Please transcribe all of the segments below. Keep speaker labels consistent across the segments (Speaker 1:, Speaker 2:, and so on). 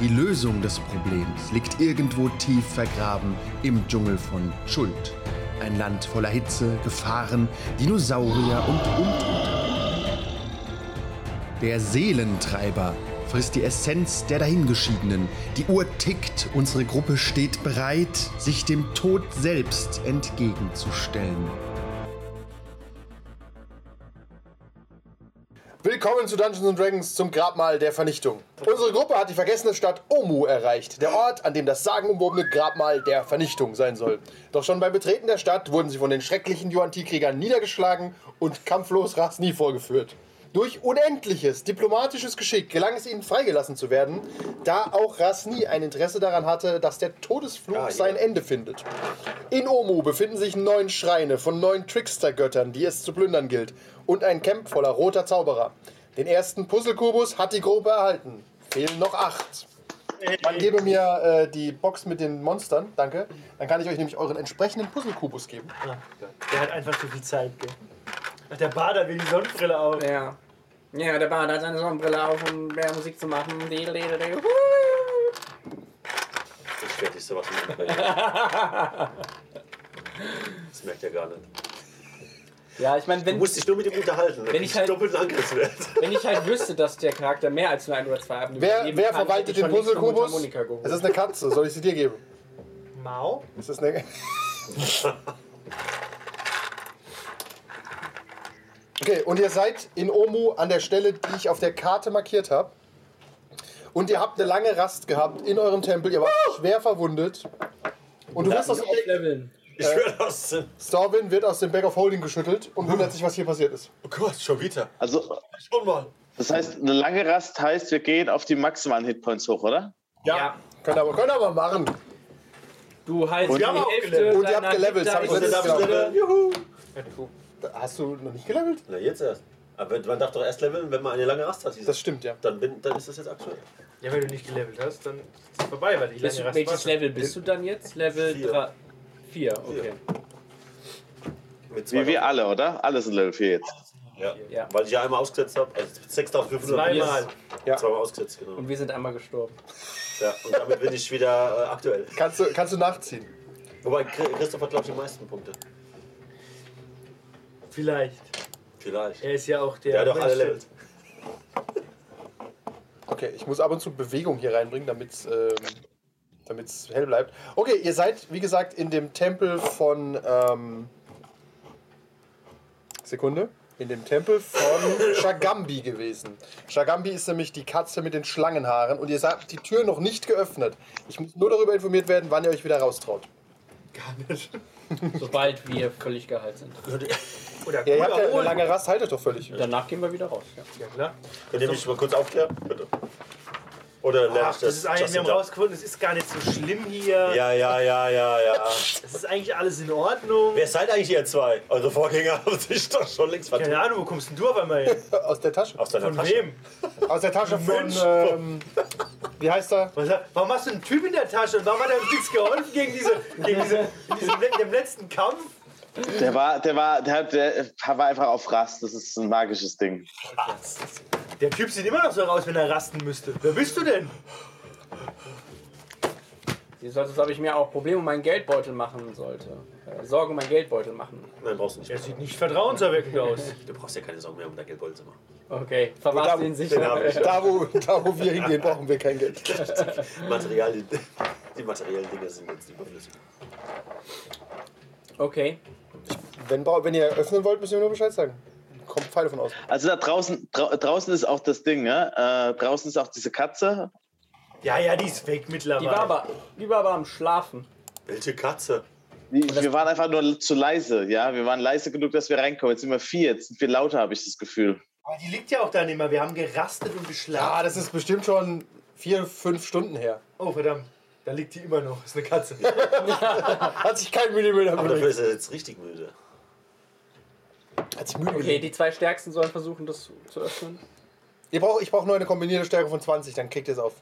Speaker 1: Die Lösung des Problems liegt irgendwo tief vergraben im Dschungel von Schuld. Ein Land voller Hitze, Gefahren, Dinosaurier und Untote. Der Seelentreiber frisst die Essenz der Dahingeschiedenen. Die Uhr tickt, unsere Gruppe steht bereit, sich dem Tod selbst entgegenzustellen.
Speaker 2: Willkommen zu Dungeons and Dragons zum Grabmal der Vernichtung. Unsere Gruppe hat die vergessene Stadt Omu erreicht, der Ort, an dem das sagenumwobene Grabmal der Vernichtung sein soll. Doch schon beim Betreten der Stadt wurden sie von den schrecklichen Yuan-Ti-Kriegern niedergeschlagen und kampflos Rasni vorgeführt. Durch unendliches diplomatisches Geschick gelang es ihnen freigelassen zu werden, da auch Rasni ein Interesse daran hatte, dass der Todesfluch
Speaker 3: Ah,
Speaker 2: sein Ende findet. In Omu befinden sich neun Schreine von neun Trickster-Göttern, die es zu plündern gilt, und ein Camp voller roter Zauberer. Den ersten Puzzlekubus hat die Gruppe erhalten. Fehlen noch acht. Man gebe mir äh, die Box mit den Monstern, danke. Dann kann ich euch nämlich euren entsprechenden Puzzlekubus geben.
Speaker 4: Der hat einfach zu viel Zeit, gell? Ach, der Bart hat wie die Sonnenbrille auf.
Speaker 3: Ja. Ja, der Bart hat seine Sonnenbrille auf, um mehr Musik zu machen. Die, die, die, hu.
Speaker 5: Das Schwertigste, was man Das merkt er gar nicht.
Speaker 3: Ja, ich meine,
Speaker 5: Du
Speaker 3: wenn,
Speaker 5: musst dich nur mit ihm unterhalten. Wenn
Speaker 3: ich halt-
Speaker 5: doppelt angriffswert.
Speaker 3: wenn ich halt wüsste, dass der Charakter mehr als nur ein oder zwei Abende
Speaker 2: Wer,
Speaker 3: überleben
Speaker 2: wer
Speaker 3: kann,
Speaker 2: verwaltet
Speaker 3: hätte ich
Speaker 2: den
Speaker 3: schon längst eine
Speaker 2: Puzzlekubus?
Speaker 3: Mundharmonika geholt.
Speaker 2: Es ist eine Katze, soll ich sie dir geben?
Speaker 4: Mau?
Speaker 2: Es ist eine. Okay, und ihr seid in Omu an der Stelle, die ich auf der Karte markiert habe. Und ihr habt eine lange Rast gehabt in eurem Tempel. Ihr wart schwer verwundet. Und du wirst aus dem Deck.
Speaker 3: Leveln.
Speaker 5: Ich schwör das. sind-
Speaker 2: Storwin wird aus dem Bag of Holding geschüttelt und wundert sich, was hier passiert ist.
Speaker 5: Oh Gott, schon wieder.
Speaker 6: Also,
Speaker 5: Schon mal.
Speaker 6: das heißt, eine lange Rast heißt, wir gehen auf die maximalen Hitpoints hoch, oder?
Speaker 3: Ja.
Speaker 2: Könnt aber, könnt aber machen.
Speaker 3: Du halt
Speaker 6: Und-
Speaker 3: die
Speaker 6: Wir haben
Speaker 5: auch
Speaker 3: Hälfte
Speaker 5: gelevelt.
Speaker 2: Und ihr habt
Speaker 3: deiner
Speaker 2: gelevelt,
Speaker 3: Gegner
Speaker 2: hab ich
Speaker 3: ist-
Speaker 5: Und dann
Speaker 2: letztes
Speaker 5: darf
Speaker 2: Jahr.
Speaker 5: ich wieder. Juhu.
Speaker 2: Hast du noch nicht gelevelt?
Speaker 5: Na, jetzt erst. Aber man darf doch erst leveln, wenn man eine lange Rast hat.
Speaker 2: Das stimmt, ja.
Speaker 5: Dann, bin, dann ist das jetzt aktuell.
Speaker 4: Ja, wenn du nicht gelevelt hast, dann ist es vorbei, weil ich
Speaker 3: Bist du, welches Level bist du dann jetzt? Level
Speaker 5: Vier.
Speaker 3: 3. 4, okay.
Speaker 5: Mit zwei
Speaker 6: Wie wir alle, oder? Alle sind Level 4 jetzt.
Speaker 5: Ja.
Speaker 3: Ja.
Speaker 5: Weil ich ja einmal ausgesetzt habe. Also 6500.
Speaker 4: Zweimal.
Speaker 2: Ja.
Speaker 5: Zweimal ausgesetzt, genau.
Speaker 3: Und wir sind einmal gestorben.
Speaker 5: Ja. Und damit bin ich wieder äh, aktuell.
Speaker 2: Kannst du, kannst du nachziehen.
Speaker 5: Wobei Chri- Christoph hat, glaube ich, die meisten Punkte.
Speaker 4: Vielleicht.
Speaker 5: Vielleicht.
Speaker 4: Er ist ja auch der.
Speaker 5: Der hat doch alle
Speaker 4: Mensch,
Speaker 5: levelt.
Speaker 2: Okay, ich muss ab und zu Bewegung hier reinbringen, damit es ähm, damit's hell bleibt. Okay, ihr seid, wie gesagt, in dem Tempel von. Ähm, Sekunde. In dem Tempel von Shagambi gewesen. Shagambi ist nämlich die Katze mit den Schlangenhaaren und ihr habt die Tür noch nicht geöffnet. Ich muss nur darüber informiert werden, wann ihr euch wieder raustraut.
Speaker 4: Gar nicht.
Speaker 3: Sobald wir völlig geheilt sind.
Speaker 4: Oder
Speaker 2: Ja, ihr
Speaker 4: gut
Speaker 2: habt ja eine
Speaker 4: erholen.
Speaker 2: lange Rast, haltet doch völlig.
Speaker 3: Danach gehen wir wieder raus. Ja.
Speaker 4: Ja, klar.
Speaker 5: Könnt ihr mich mal kurz aufklären? Bitte. Oder lerne
Speaker 4: Ach,
Speaker 5: ich Ah, das?
Speaker 4: das ist eigentlich,
Speaker 5: just
Speaker 4: wir haben
Speaker 5: in time?
Speaker 4: rausgefunden, es ist gar nicht so schlimm hier.
Speaker 5: Ja, ja, ja, ja, ja.
Speaker 4: Es ist eigentlich alles in Ordnung.
Speaker 5: Wer seid eigentlich ihr zwei? Eure Vorgänger haben sich doch schon längst vertan.
Speaker 4: Keine Ahnung, wo kommst denn du auf einmal hin?
Speaker 2: Aus der Tasche.
Speaker 5: Aus deiner
Speaker 4: Von
Speaker 5: Tasche.
Speaker 4: wem?
Speaker 2: Aus der Tasche von.
Speaker 5: Mensch.
Speaker 2: Ähm, wie heißt er?
Speaker 4: Was, warum hast du einen Typ in der Tasche und warum hat er uns nichts geholfen gegen diese, gegen diese, in diesem, in dem letzten Kampf?
Speaker 6: Der war, der war, der, hat, der war einfach auf Rast. Das ist ein magisches Ding.
Speaker 4: Der Typ sieht immer noch so aus, wenn er rasten müsste. Wer bist du denn?
Speaker 3: Sie ist, als ob ich mir auch Probleme um meinen Geldbeutel machen sollte. Äh, Sorgen um meinen Geldbeutel machen.
Speaker 5: Nein, brauchst du nicht.
Speaker 4: Der sieht nicht vertrauenserweckend aus.
Speaker 5: Du brauchst ja keine Sorgen mehr um dein Geldbeutel zu machen.
Speaker 3: Okay,
Speaker 2: Da-
Speaker 3: verwahrst ihn sicher.
Speaker 2: Da wo, da, wo wir hingehen, brauchen wir kein Geld.
Speaker 5: Material, die materiellen Dinge sind jetzt überflüssig.
Speaker 3: Okay.
Speaker 2: Wenn, Bau- wenn ihr öffnen wollt, müsst ihr mir nur Bescheid sagen. Kommt Pfeile von außen.
Speaker 6: Also da draußen, drau draußen ist auch das Ding, ne? Äh, draußen ist auch diese Katze.
Speaker 4: Ja, ja, die ist weg
Speaker 3: Die
Speaker 4: mittlerweile.
Speaker 3: war aber, die war aber am Schlafen.
Speaker 5: Welche Katze?
Speaker 6: Die, wir waren einfach nur zu leise, ja? Wir waren leise genug, dass wir reinkommen. Jetzt sind wir vier, jetzt sind wir lauter, habe ich das Gefühl.
Speaker 4: Aber die liegt ja auch da nicht mehr. Wir haben gerastet und geschlafen.
Speaker 2: Ah, das ist bestimmt schon vier, fünf Stunden her.
Speaker 4: Oh, verdammt. Da liegt die immer noch. Ist eine Katze.
Speaker 2: Hat sich kein Millimeter
Speaker 5: Aber dafür
Speaker 2: bewegt.
Speaker 5: ist er jetzt richtig müde.
Speaker 2: Hat sich müde
Speaker 3: Okay,
Speaker 2: gelegt.
Speaker 3: die zwei Stärksten sollen versuchen, das zu, zu öffnen.
Speaker 2: Ihr braucht, ich brauche nur eine kombinierte Stärke von 20, dann kriegt ihr es auf.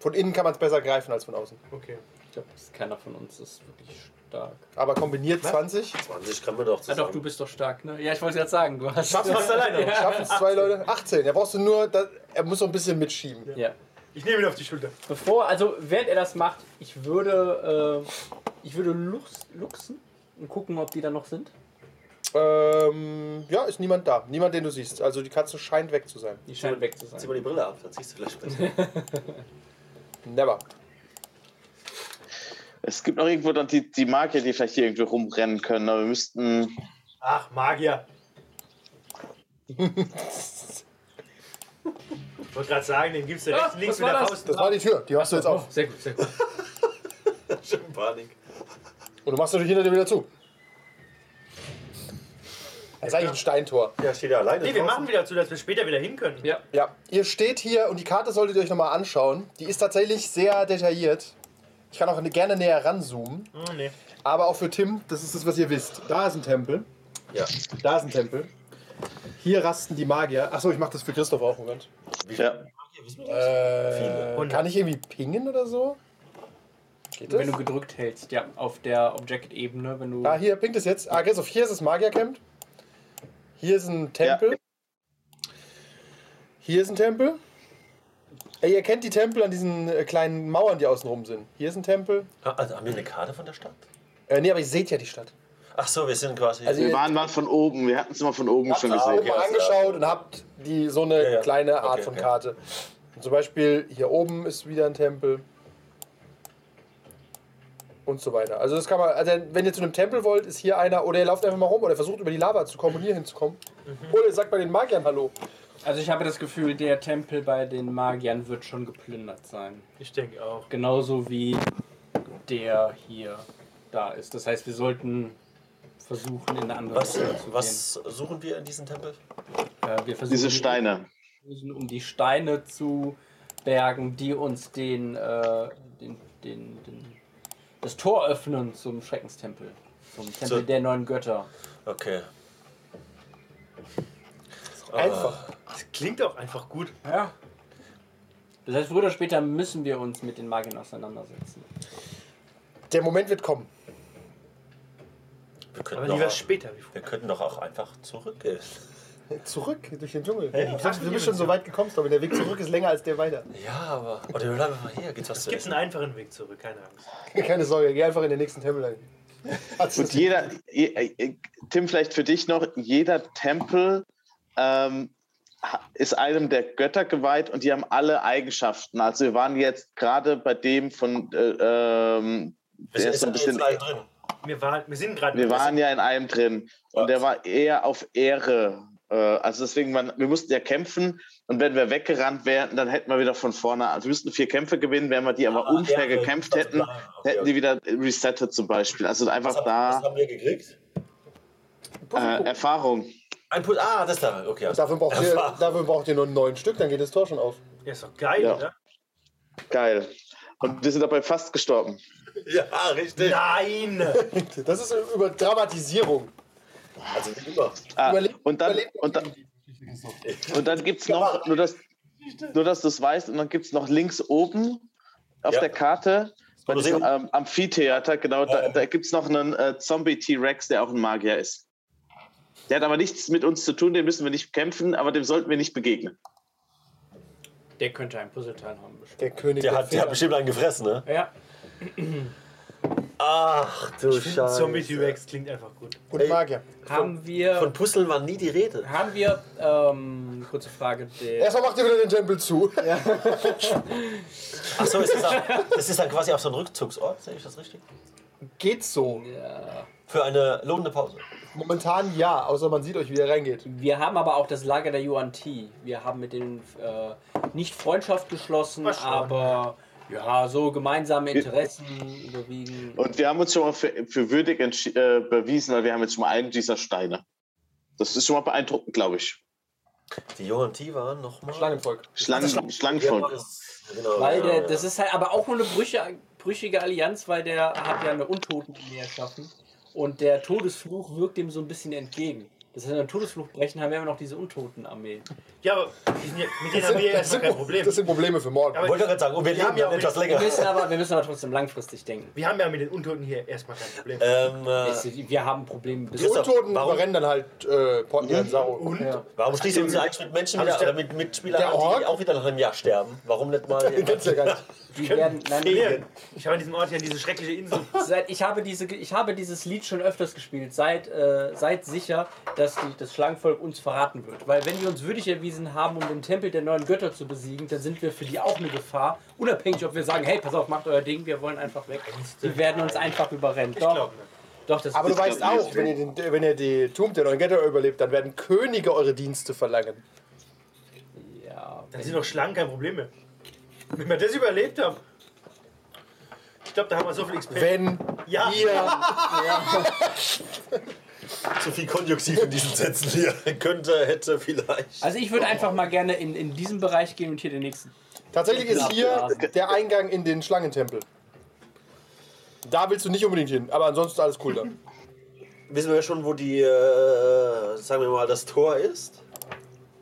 Speaker 2: Von innen kann man es besser greifen als von außen.
Speaker 4: Okay.
Speaker 3: Ich glaube, keiner von uns ist wirklich stark.
Speaker 2: Aber kombiniert 20?
Speaker 5: 20 kann man doch
Speaker 3: Ah,
Speaker 5: zusammen.
Speaker 3: doch, du bist doch stark, ne? Ja, ich wollte gerade sagen, du hast.
Speaker 2: Schaffen es alleine. Schaffen es zwei Leute. 18. Er brauchst du nur, da, er muss so ein bisschen mitschieben.
Speaker 3: Ja.
Speaker 4: Ich nehme ihn auf die Schulter.
Speaker 3: Bevor, also während er das macht, ich würde, äh, ich würde lux, luxen und gucken, ob die da noch sind.
Speaker 2: Ähm, ja, ist niemand da. Niemand, den du siehst. Also die Katze scheint weg zu sein.
Speaker 3: Die scheinen weg zu sein.
Speaker 5: Zieh mal die Brille ab, dann siehst du vielleicht besser.
Speaker 2: Never.
Speaker 6: Es gibt noch irgendwo dann die, die Magier, die vielleicht hier irgendwie rumrennen können, aber wir müssten.
Speaker 4: Ach, Magier. ich wollte gerade sagen, den gibst du rechts,
Speaker 3: Ah,
Speaker 4: links
Speaker 3: was
Speaker 4: mit
Speaker 3: war
Speaker 4: der
Speaker 3: das?
Speaker 4: Faust.
Speaker 2: Das war die Tür. Die machst du jetzt auf.
Speaker 3: Oh, Sehr gut, sehr gut.
Speaker 5: Schon Panik.
Speaker 2: Und du machst natürlich hinter dir wieder zu. Das ist eigentlich ein Steintor.
Speaker 5: Ja, steht er alleine.
Speaker 4: Nee, wir machen wieder zu, dass wir später wieder hin können.
Speaker 3: Ja.
Speaker 2: Ja, ihr steht hier und die Karte solltet ihr euch nochmal anschauen. Die ist tatsächlich sehr detailliert. Ich kann auch gerne näher ranzoomen.
Speaker 4: Oh, nee.
Speaker 2: Aber auch für Tim, das ist das, was ihr wisst. Da ist ein Tempel.
Speaker 5: Ja.
Speaker 2: Da ist ein Tempel. Hier rasten die Magier. Achso, ich mache das für Christoph auch. Moment.
Speaker 6: Ja.
Speaker 2: Äh,
Speaker 4: Viele.
Speaker 2: kann ich irgendwie pingen oder so? Geht das?
Speaker 3: Wenn du gedrückt hältst, ja, auf der Object-Ebene, wenn du.
Speaker 2: Ah, hier pinkt es jetzt. Ah, Christoph, hier ist das Magiercamp. Hier ist ein Tempel. Hier ist ein Tempel. Ey, ihr kennt die Tempel an diesen äh, kleinen Mauern, die außenrum sind. Hier ist ein Tempel.
Speaker 5: Ah, Also haben wir eine Karte von der Stadt?
Speaker 2: Äh, nee, aber ihr seht ja die Stadt.
Speaker 5: Ach so, wir sind quasi.
Speaker 2: Also
Speaker 6: Wir waren mal von oben, wir hatten es mal von oben schon
Speaker 2: Habt ihr
Speaker 6: gesehen.
Speaker 2: oben mal
Speaker 5: ja.
Speaker 2: angeschaut und habt die so eine
Speaker 5: Ja, ja.
Speaker 2: kleine Art
Speaker 5: Okay,
Speaker 2: von
Speaker 5: okay.
Speaker 2: Karte. Und zum Beispiel hier oben ist wieder ein Tempel. Und so weiter. Also das kann man, also wenn ihr zu einem Tempel wollt, ist hier einer, oder ihr lauft einfach mal rum oder versucht über die Lava zu kommen und hier hinzukommen. Oder ihr sagt bei den Magiern Hallo.
Speaker 3: Also ich habe das Gefühl, der Tempel bei den Magiern wird schon geplündert sein.
Speaker 4: Ich denke auch.
Speaker 3: Genauso wie der hier da ist. Das heißt, wir sollten versuchen, in eine andere
Speaker 5: was,
Speaker 3: Richtung zu
Speaker 5: was suchen wir in diesem Tempel?
Speaker 3: gehen. Äh, wir versuchen,
Speaker 6: Diese Steine.
Speaker 3: lösen, um die Steine zu bergen, die uns den, äh, den, den, den das Tor öffnen zum Schreckenstempel, zum Tempel
Speaker 5: So.
Speaker 3: der neuen Götter.
Speaker 5: Okay.
Speaker 2: Einfach.
Speaker 4: Das klingt auch einfach gut.
Speaker 3: Ja. Das heißt, früher oder später müssen wir uns mit den Magiern auseinandersetzen.
Speaker 2: Der Moment wird kommen.
Speaker 5: Wir
Speaker 4: Aber
Speaker 5: könnten, doch
Speaker 4: lieber
Speaker 5: auch,
Speaker 4: später. wie früher.
Speaker 5: wir könnten doch auch einfach zurückgehen.
Speaker 2: Zurück durch den Dschungel.
Speaker 4: Hey,
Speaker 2: ich dachte, du bist schon so weit gekommen, aber der Weg zurück ist länger als der weiter.
Speaker 5: Ja, aber. Oder wir bleiben mal hier. Gibt's was
Speaker 4: Es
Speaker 5: zu
Speaker 4: gibt einen
Speaker 5: essen?
Speaker 4: einfachen Weg zurück, keine Angst.
Speaker 2: Keine Sorge, geh einfach in den nächsten Tempel rein. Hat sich
Speaker 6: Und
Speaker 2: das-
Speaker 6: jeder, je- äh, Tim, vielleicht für dich noch, jeder Tempel ähm, ha- ist einem der Götter geweiht und die haben alle Eigenschaften. Also wir waren jetzt gerade bei dem von, äh, ähm,
Speaker 5: Wir
Speaker 6: der
Speaker 5: sind
Speaker 6: ist so ein
Speaker 5: jetzt
Speaker 6: bisschen,
Speaker 5: alle drin.
Speaker 4: Wir, waren, wir sind gerade.
Speaker 6: wir waren ja in einem drin und der war eher auf Ehre. Äh, also deswegen, waren, wir mussten ja kämpfen und wenn wir weggerannt wären, dann hätten wir wieder von vorne, also wir müssten vier Kämpfe gewinnen, wenn wir die aber
Speaker 5: Ah,
Speaker 6: unfair
Speaker 5: Ehre.
Speaker 6: gekämpft
Speaker 5: Also
Speaker 6: hätten,
Speaker 5: da, okay,
Speaker 6: hätten die
Speaker 5: okay.
Speaker 6: wieder resettet zum Beispiel. Also
Speaker 5: Was,
Speaker 6: einfach
Speaker 5: haben- was
Speaker 6: da
Speaker 5: haben wir gekriegt?
Speaker 6: äh, Erfahrung.
Speaker 5: Ein Pult. Ah, das da. Okay. ja.
Speaker 2: Dafür braucht, ihr, dafür braucht ihr nur neun Stück, dann geht das Tor schon auf.
Speaker 4: Ja, ist doch geil,
Speaker 6: Ja.
Speaker 4: oder?
Speaker 6: Geil. Und wir sind dabei fast gestorben.
Speaker 5: Ja, richtig.
Speaker 4: Nein!
Speaker 2: Das ist über Dramatisierung.
Speaker 5: Also wie immer.
Speaker 6: Ah,
Speaker 2: Überle-
Speaker 6: und dann,
Speaker 2: überlebt-
Speaker 6: und dann, und dann gibt es noch, nur dass, nur dass du es weißt, und dann gibt es noch links oben auf
Speaker 5: Ja.
Speaker 6: der Karte bei
Speaker 5: Oder
Speaker 6: diesem
Speaker 5: sehen.
Speaker 6: ähm, Amphitheater, genau, da, da gibt es noch einen äh, Zombie-T-Rex, der auch ein Magier ist. Der hat aber nichts mit uns zu tun, den müssen wir nicht kämpfen, aber dem sollten wir nicht begegnen.
Speaker 3: Der könnte ein Puzzleteil haben. bestimmt.
Speaker 2: Der König
Speaker 5: Der hat, der hat
Speaker 2: Federn.
Speaker 5: bestimmt einen gefressen, ne?
Speaker 3: Ja,
Speaker 5: Ach du Scheiße.
Speaker 4: Zombie T-Rex klingt einfach gut.
Speaker 2: und Magier.
Speaker 3: haben
Speaker 5: Von
Speaker 3: wir,
Speaker 5: Puzzeln war nie die Rede.
Speaker 3: haben wir, ähm, kurze Frage, der,
Speaker 2: Erstmal macht ihr wieder den Tempel zu.
Speaker 5: Ach so, ist das, auch, das ist dann quasi auch so ein Rückzugsort, sehe ich das richtig?
Speaker 2: Geht so.
Speaker 5: Für eine lohnende Pause.
Speaker 2: Momentan ja, außer man sieht euch, wie ihr reingeht.
Speaker 3: wir haben aber auch das Lager der Yuan Ti. Wir haben mit denen, äh, nicht Freundschaft geschlossen,
Speaker 4: Mal schauen.
Speaker 3: aber, ja, so gemeinsame Interessen überwiegen.
Speaker 6: Und wir haben uns schon mal für, für würdig entschi- äh, bewiesen, weil wir haben jetzt schon mal einen dieser Steine. Das ist schon mal beeindruckend, glaube ich.
Speaker 5: Die Johanti waren nochmal.
Speaker 3: Schlangenvolk.
Speaker 6: Schlangen, Schlangenvolk.
Speaker 5: Genau,
Speaker 3: Weil
Speaker 5: ja,
Speaker 3: der,
Speaker 5: ja.
Speaker 3: das ist halt aber auch nur eine brüchige, brüchige Allianz, weil der hat ja eine Untotenlinie erschaffen. Und der Todesfluch wirkt dem so ein bisschen entgegen. Das heißt, wenn wir den Todesfluch brechen, haben wir immer noch diese Untotenarmee.
Speaker 4: Ja, aber die sind ja, mit denen
Speaker 2: Das
Speaker 4: haben
Speaker 2: sind, das,
Speaker 4: wir ja erstmal
Speaker 2: sind,
Speaker 4: kein Problem.
Speaker 2: das sind Probleme für morgen.
Speaker 4: Aber
Speaker 5: Wollte gerade sagen, oh, wir
Speaker 4: Wir haben
Speaker 5: leben
Speaker 4: ja
Speaker 5: ja
Speaker 4: auch
Speaker 5: etwas
Speaker 3: Wir
Speaker 5: länger.
Speaker 3: müssen aber, wir müssen aber trotzdem langfristig denken.
Speaker 4: Wir haben ja mit den Untoten hier erstmal kein Problem.
Speaker 5: Ähm, äh,
Speaker 3: Es- Wir haben Probleme bis
Speaker 2: die
Speaker 5: Christoph,
Speaker 2: Untoten
Speaker 5: warum-
Speaker 2: verrennen dann halt äh, Portland Sau.
Speaker 4: Und?
Speaker 3: Ja.
Speaker 5: warum schließt ihr uns eigentlich mit Menschen
Speaker 4: Aber
Speaker 5: wieder,
Speaker 4: ich-
Speaker 5: oder mit Mitspielern,
Speaker 2: Der
Speaker 5: an,
Speaker 2: Ork?
Speaker 5: die auch wieder nach einem Jahr sterben? Warum nicht mal.
Speaker 2: Gibt's ja gar nicht.
Speaker 3: Die werden, nein,
Speaker 4: Hier, ich habe an diesem Ort ja diese schreckliche Insel.
Speaker 3: Seit, ich, habe diese, ich habe dieses Lied schon öfters gespielt. Seid, äh, seid sicher, dass die, das Schlangenvolk uns verraten wird. Weil wenn die uns würdig erwiesen haben, um den Tempel der neuen Götter zu besiegen, dann sind wir für die auch eine Gefahr. Unabhängig, ob wir sagen, hey, pass auf, macht euer Ding, wir wollen einfach weg. Die werden uns einfach überrennen.
Speaker 4: Ich
Speaker 3: Doch,
Speaker 4: glaube nicht.
Speaker 3: doch, das
Speaker 2: Aber du
Speaker 3: ist
Speaker 2: weißt
Speaker 6: glaub nicht.
Speaker 2: auch, wenn ihr, den, wenn ihr die Tomb der neuen Götter überlebt, dann werden Könige eure Dienste verlangen.
Speaker 3: ja,
Speaker 4: Dann sind doch Schlangen kein Problem mehr. Wenn wir das überlebt haben. Ich glaube, da haben wir so viel XP.
Speaker 2: Wenn
Speaker 4: Ja.
Speaker 2: ihr
Speaker 5: Zu viel Konjunktiv in diesen Sätzen hier. Könnte, hätte, vielleicht.
Speaker 3: Also ich würde einfach mal gerne in, in diesen Bereich gehen und hier den nächsten.
Speaker 2: Tatsächlich ist hier
Speaker 3: Abgelassen.
Speaker 2: der Eingang in den Schlangentempel. Da willst du nicht unbedingt hin, aber ansonsten alles cool da.
Speaker 5: Wissen wir ja schon, wo die, äh, sagen wir mal, das Tor ist?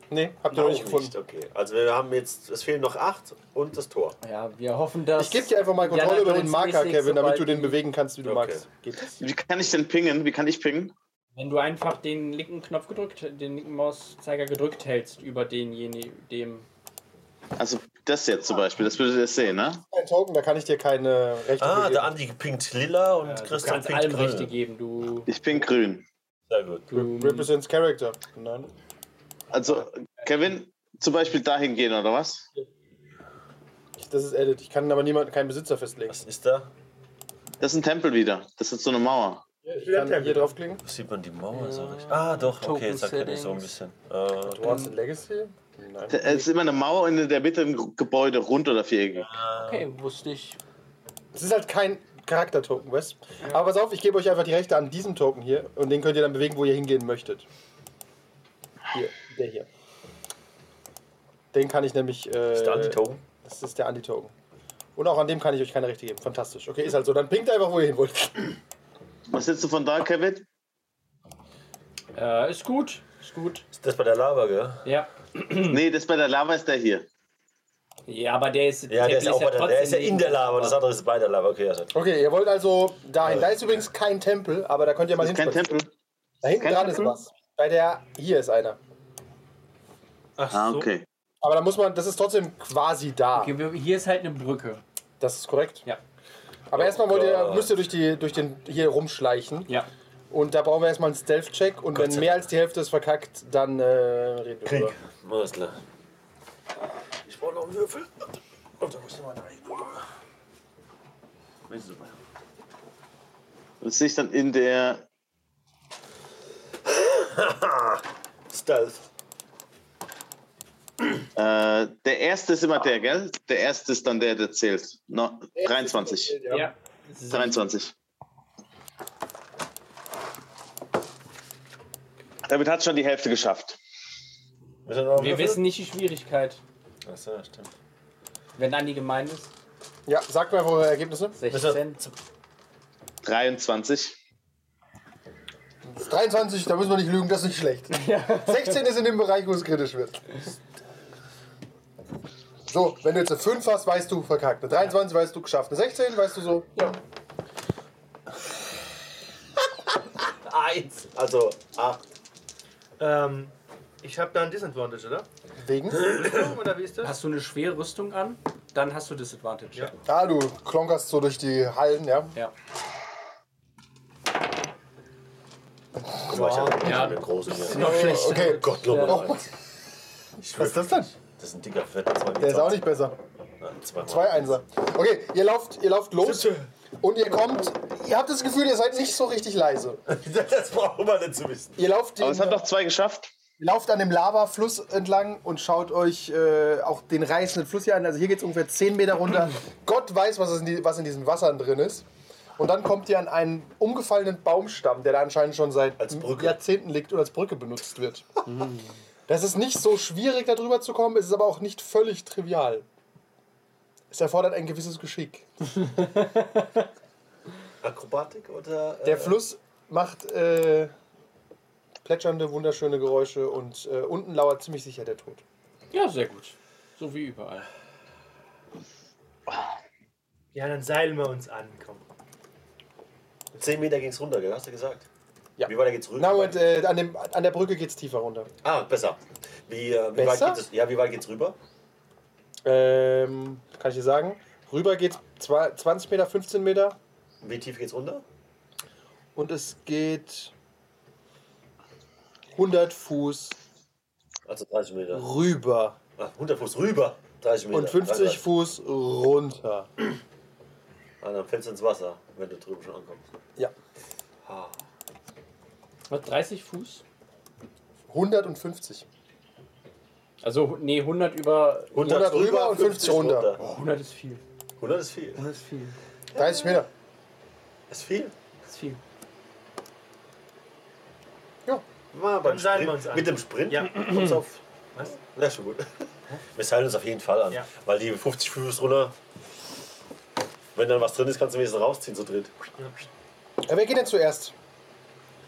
Speaker 2: Nee, habt ihr noch nicht
Speaker 5: Auch
Speaker 2: gefunden.
Speaker 5: okay. Also wir haben jetzt, es fehlen noch acht und das Tor.
Speaker 3: Ja, wir hoffen, dass...
Speaker 2: Ich gebe dir einfach mal Kontrolle
Speaker 3: Jana
Speaker 2: über den
Speaker 3: Jones
Speaker 2: Marker,
Speaker 3: mäßig,
Speaker 2: Kevin, damit
Speaker 3: sobald
Speaker 2: du den
Speaker 3: die-
Speaker 2: bewegen kannst, wie du
Speaker 5: Okay.
Speaker 2: magst. Geht das?
Speaker 6: Wie kann ich denn pingen? Wie kann ich pingen?
Speaker 3: Wenn du einfach den linken Knopf gedrückt, den linken Mauszeiger gedrückt hältst über denjenigen, dem äh,
Speaker 6: Also das jetzt zum Beispiel, das würdet ihr sehen, ne?
Speaker 2: Ein Token, da kann ich dir keine Rechte
Speaker 5: Ah,
Speaker 2: geben.
Speaker 5: der Andi pinkt lila und
Speaker 3: Du
Speaker 5: Christian
Speaker 3: kannst
Speaker 5: pinkt
Speaker 3: allem
Speaker 5: grün.
Speaker 3: Rechte geben, du.
Speaker 6: Ich bin grün.
Speaker 5: Sehr gut.
Speaker 3: du
Speaker 2: Represents Character. Nein.
Speaker 6: Also Kevin, zum Beispiel dahin gehen oder was?
Speaker 2: Ich- Das ist Edit. Ich kann aber niemanden, keinen Besitzer festlegen.
Speaker 5: Was ist da?
Speaker 6: Das ist ein Tempel wieder. Das ist so eine Mauer.
Speaker 2: Ich kann hier draufklicken.
Speaker 5: Was sieht man die Mauer so richtig? Ah, doch, okay, jetzt erkenne ich so ein bisschen. Äh,
Speaker 2: Dwarves in Legacy? Nein.
Speaker 6: Da- Es ist immer eine Mauer und in der Mitte ein Gebäude, rund oder viereckig.
Speaker 3: okay, wusste ich.
Speaker 2: Es ist halt kein Charakter-Token, weißt du? Aber pass auf, ich gebe euch einfach die Rechte an diesem Token hier und den könnt ihr dann bewegen, wo ihr hingehen möchtet. Hier, der hier. Den kann ich nämlich. Äh,
Speaker 5: ist der Antitoken?
Speaker 2: Das ist der Anti-Token. Und auch an dem kann ich euch keine Rechte geben. Fantastisch. Okay, ist halt so. Dann pinkt einfach, wo ihr hin wollt.
Speaker 6: Was sitzt du von da, Kevin?
Speaker 3: Äh, ist gut, ist gut.
Speaker 5: Ist das bei der Lava, gell?
Speaker 3: Ja.
Speaker 4: Hm.
Speaker 6: Nee, das bei der Lava ist der hier.
Speaker 3: Ja, aber der ist.
Speaker 5: Ja, der ist ja auch bei der, der ist ja
Speaker 3: trotzdem
Speaker 5: in der Lava, das andere ist bei der Lava, okay, also.
Speaker 2: Okay, ihr wollt also dahin. Da ist übrigens kein Tempel, aber da könnt ihr mal
Speaker 6: Das ist kein
Speaker 2: hinspazieren.
Speaker 6: Tempel.
Speaker 2: Da hinten
Speaker 6: Kein
Speaker 2: dran
Speaker 6: Tempel?
Speaker 2: ist was. Bei der. Hier ist einer.
Speaker 4: Ach
Speaker 6: Ah,
Speaker 4: so.
Speaker 6: okay.
Speaker 2: Aber da muss man. Das ist trotzdem quasi da.
Speaker 3: Okay, wir, hier ist halt eine Brücke.
Speaker 2: Das ist korrekt.
Speaker 3: Ja.
Speaker 2: Aber
Speaker 6: Oh
Speaker 2: erstmal wollt ihr,
Speaker 5: Gott.
Speaker 2: müsst ihr durch, die, durch den hier rumschleichen.
Speaker 3: Ja.
Speaker 2: Und da brauchen wir erstmal einen Stealth-Check. Und wenn
Speaker 5: sei
Speaker 2: mehr als die Hälfte ist verkackt, dann äh, reden wir drüber.
Speaker 5: Alles klar. Ich brauche noch einen Würfel. Und da muss ich mal rein.
Speaker 6: Das sehe ich dann in der.
Speaker 5: Stealth.
Speaker 6: Äh, der erste ist immer der, gell? Der erste ist dann der, der zählt. No, 23.
Speaker 3: Ja.
Speaker 2: Ja.
Speaker 3: Das ist-
Speaker 6: 23. Damit hat schon die Hälfte geschafft.
Speaker 5: Müssen noch einen
Speaker 3: Wir
Speaker 5: Würfel?
Speaker 3: wissen nicht die Schwierigkeit,
Speaker 5: Achso, stimmt.
Speaker 3: wenn Andi gemeint ist.
Speaker 2: ja, sagt mir einfach eure Ergebnisse.
Speaker 3: 16.
Speaker 6: 23.
Speaker 2: Das ist 23, da müssen wir nicht lügen, das ist nicht schlecht. 16 ist in dem Bereich, wo es kritisch wird. So, wenn du jetzt eine 5 hast, weißt du verkackt. Eine 23 weißt du geschafft. Eine 16 weißt du so. Ja.
Speaker 5: Eins. Also, acht.
Speaker 4: Ähm, ich habe da ein Disadvantage, oder?
Speaker 2: Wegen?
Speaker 4: Oder wie ist das?
Speaker 3: Hast du eine schwere Rüstung an, dann hast du Disadvantage.
Speaker 4: Ja.
Speaker 2: Ja, du klonkerst so durch die Hallen, ja.
Speaker 3: Ja.
Speaker 5: Guck mal, ich habe
Speaker 3: Ja.
Speaker 5: eine große hier.
Speaker 3: Noch schlecht.
Speaker 2: Okay,
Speaker 5: Gott, Lob.
Speaker 2: Oh,
Speaker 5: Alter.
Speaker 2: was ist das denn?
Speaker 5: Das ist ein dicker Fett. Zwei
Speaker 2: Der ist auch nicht besser.
Speaker 5: Zwei,
Speaker 2: Zwei Einser. Okay, ihr lauft, ihr lauft los und ihr kommt. Ihr habt das Gefühl, ihr seid nicht so richtig leise.
Speaker 5: Das braucht man nicht zu wissen.
Speaker 2: Ihr lauft,
Speaker 6: Aber es haben
Speaker 2: den,
Speaker 6: doch zwei geschafft.
Speaker 2: lauft an dem Lavafluss entlang und schaut euch äh, auch den reißenden Fluss hier an. Also hier geht es ungefähr 10 Meter runter. Gott weiß, was, es in die, was in diesen Wassern drin ist. Und dann kommt ihr an einen umgefallenen Baumstamm, der da anscheinend schon seit
Speaker 5: Als Brücke. Mhm.
Speaker 2: Jahrzehnten liegt und als Brücke benutzt wird. Das ist nicht so schwierig, darüber zu kommen, es ist aber auch nicht völlig trivial. Es erfordert ein gewisses Geschick.
Speaker 5: Akrobatik oder. äh,
Speaker 2: Der Fluss macht äh, plätschernde, wunderschöne Geräusche und äh, unten lauert ziemlich sicher der Tod.
Speaker 3: Ja, sehr gut. So wie überall.
Speaker 4: Ja, dann seilen wir uns an, komm.
Speaker 5: 10 Meter ging's runter, gell? Hast du gesagt?
Speaker 2: Ja.
Speaker 5: Wie weiter geht's rüber?
Speaker 2: Na, Moment, äh, an, dem, an der Brücke geht's tiefer runter.
Speaker 5: ah, besser. Wie, äh, wie
Speaker 2: Besser?
Speaker 5: weit geht es? Ja, wie weit geht's rüber?
Speaker 2: Ähm, kann ich dir sagen? Rüber geht's zwei- 20 Meter, 15 Meter
Speaker 5: Wie tief geht's runter?
Speaker 2: und es geht 100 Fuß
Speaker 5: Also 30 Meter.
Speaker 2: rüber
Speaker 5: Ah, 100 Fuß rüber. 30 Meter. also-
Speaker 2: und 50 Fuß runter.
Speaker 5: Ah, dann fällst du ins Wasser, wenn du drüben schon ankommst.
Speaker 2: Ja,
Speaker 5: Ah.
Speaker 3: Was, 30 Fuß?
Speaker 2: 150.
Speaker 3: Also, nee, 100 über.
Speaker 2: 100 rüber und 50 runter.
Speaker 3: 100 ist viel.
Speaker 5: 100 ist viel.
Speaker 3: 100 ist viel.
Speaker 2: 30 Meter.
Speaker 5: Ist viel?
Speaker 3: Ist viel.
Speaker 2: Ja.
Speaker 5: Mal
Speaker 4: seilen
Speaker 5: beim Sprint,
Speaker 4: wir uns an.
Speaker 5: Mit dem Sprint
Speaker 4: Ja.
Speaker 5: kommt's auf.
Speaker 4: Was?
Speaker 5: Na schon gut. Wir seilen uns auf jeden Fall an.
Speaker 4: Ja.
Speaker 5: Weil die 50 Fuß runter. Wenn dann was drin ist, kannst du wenigstens rausziehen zu dritt.
Speaker 2: ja. Äh, Wer geht denn zuerst?